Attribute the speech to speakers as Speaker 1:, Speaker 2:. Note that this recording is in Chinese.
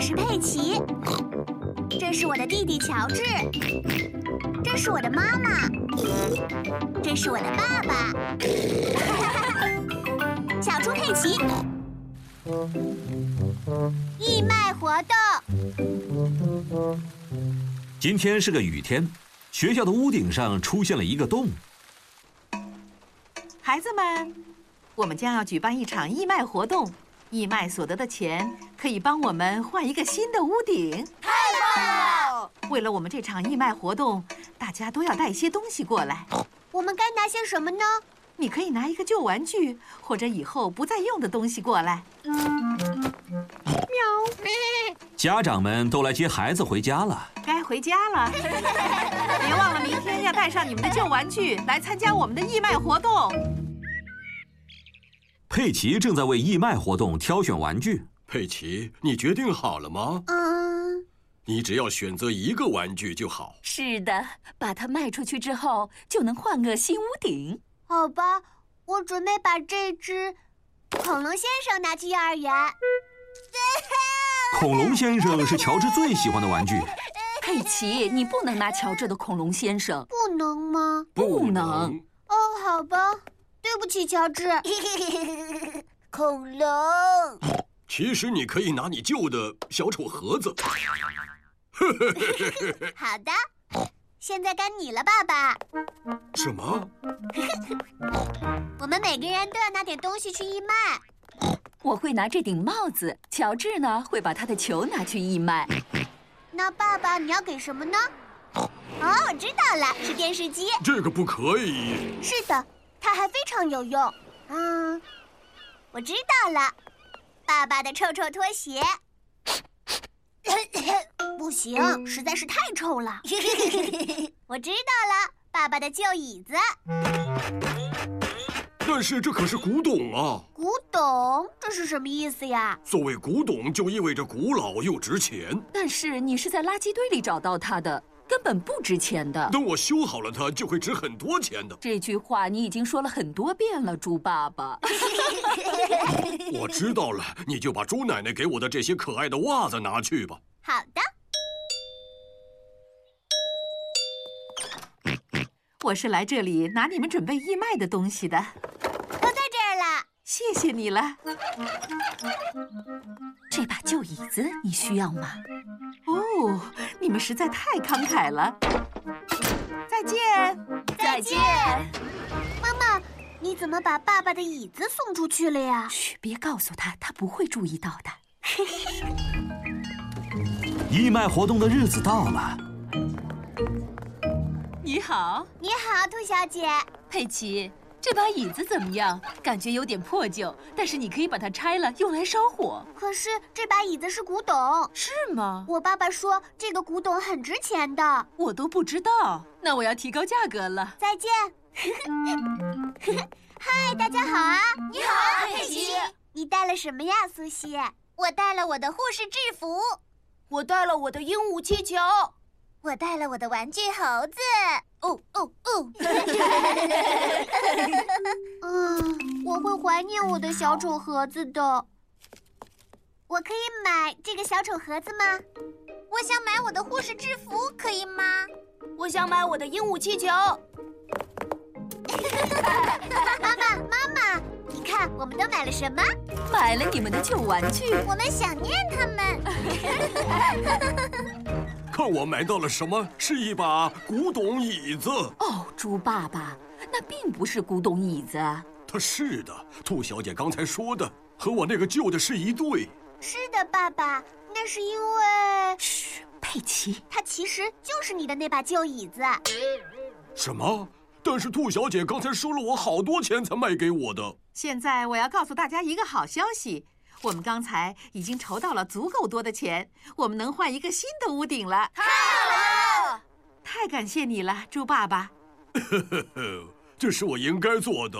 Speaker 1: 是佩奇，这是我的弟弟乔治，这是我的妈妈，这是我的爸 爸。小猪佩奇，义卖活动。
Speaker 2: 今天是个雨天，学校的屋顶上出现了一个洞。
Speaker 3: 孩子们，我们将要举办一场义卖活动。义卖所得的钱可以帮我们换一个新的屋顶，
Speaker 4: 太棒了！
Speaker 3: 为了我们这场义卖活动，大家都要带一些东西过来。
Speaker 4: 我们该拿些什么呢？
Speaker 3: 你可以拿一个旧玩具或者以后不再用的东西过来。
Speaker 2: 喵！家长们都来接孩子回家了，
Speaker 3: 该回家了。别忘了明天要带上你们的旧玩具来参加我们的义卖活动。
Speaker 2: 佩奇正在为义卖活动挑选玩具。
Speaker 5: 佩奇，你决定好了吗？嗯，你只要选择一个玩具就好。
Speaker 6: 是的，把它卖出去之后，就能换个新屋顶。
Speaker 4: 好吧，我准备把这只恐龙先生拿去幼儿园。
Speaker 2: 恐龙先生是乔治最喜欢的玩具。
Speaker 6: 佩奇，你不能拿乔治的恐龙先生。
Speaker 4: 不能吗？
Speaker 6: 不能。
Speaker 4: 哦，好吧。对不起，乔治。
Speaker 7: 恐龙。
Speaker 5: 其实你可以拿你旧的小丑盒子。
Speaker 4: 好的，现在该你了，爸爸。
Speaker 5: 什么？
Speaker 4: 我们每个人都要拿点东西去义卖。
Speaker 6: 我会拿这顶帽子，乔治呢会把他的球拿去义卖。
Speaker 4: 那爸爸你要给什么呢？哦，我知道了，是电视机。
Speaker 5: 这个不可以。
Speaker 4: 是的。它还非常有用，嗯，我知道了，爸爸的臭臭拖鞋，不行，实在是太臭了。 我知道了，爸爸的旧椅子。
Speaker 5: 但是这可是古董啊！
Speaker 4: 古董，这是什么意思 呀？
Speaker 5: 所谓古董，就意味着古老又值钱。
Speaker 6: 但是你是在垃圾堆里找到它的。根本不值钱的。
Speaker 5: 等我修好了它，就会值很多钱的。
Speaker 6: 这句话你已经说了很多遍了，猪爸爸。
Speaker 5: 我知道了，你就把猪奶奶给我的这些可爱的袜子拿去吧。
Speaker 4: 好的。
Speaker 3: 我是来这里拿你们准备义卖的东西的。
Speaker 4: 我在这儿了，
Speaker 3: 谢谢你了。
Speaker 6: 这把旧椅子你需要吗？
Speaker 3: 哦，你们实在太慷慨了！再见，
Speaker 7: 再见。
Speaker 4: 妈妈，你怎么把爸爸的椅子送出去了呀？
Speaker 6: 嘘，别告诉他，他不会注意到的。
Speaker 2: 义卖活动的日子到了。
Speaker 3: 你好，
Speaker 4: 你好，兔小姐。
Speaker 8: 佩奇，这把椅子怎么样？感觉有点破旧，但是你可以把它拆了，用来烧火。
Speaker 4: 可是这把椅子是古董。
Speaker 8: 是吗？
Speaker 4: 我爸爸说这个古董很值钱的，
Speaker 8: 我都不知道。那我要提高价格了。
Speaker 4: 再见。 嗨大家好啊！
Speaker 9: 你好啊，佩奇。
Speaker 4: 你带了什么呀，苏西？
Speaker 10: 我带了我的护士制服，
Speaker 11: 我带了我的鹦鹉气球，
Speaker 10: 我带了我的玩具猴子。哦哦哦！
Speaker 4: 嗯，我会怀念我的小丑盒子的。我可以买这个小丑盒子吗？
Speaker 10: 我想买我的护士制服，可以吗？
Speaker 11: 我想买我的鹦鹉气球。
Speaker 4: 妈妈，妈妈，你看我们都买了什么？
Speaker 6: 买了你们的旧玩具。
Speaker 10: 我们想念他们。
Speaker 5: 看我买到了什么？是一把古董椅子。
Speaker 6: 哦，猪爸爸，那并不是古董椅子。
Speaker 5: 它是的，兔小姐刚才说的，和我那个旧的是一对。
Speaker 4: 是的，爸爸，那是因为……
Speaker 6: 嘘，佩奇，
Speaker 4: 它其实就是你的那把旧椅子。
Speaker 5: 什么？但是兔小姐刚才收了我好多钱才卖给我的。
Speaker 3: 现在我要告诉大家一个好消息，我们刚才已经筹到了足够多的钱，我们能换一个新的屋顶了。
Speaker 4: 太好了！
Speaker 3: 太感谢你了，猪爸爸。
Speaker 5: 呃这是我应该做的。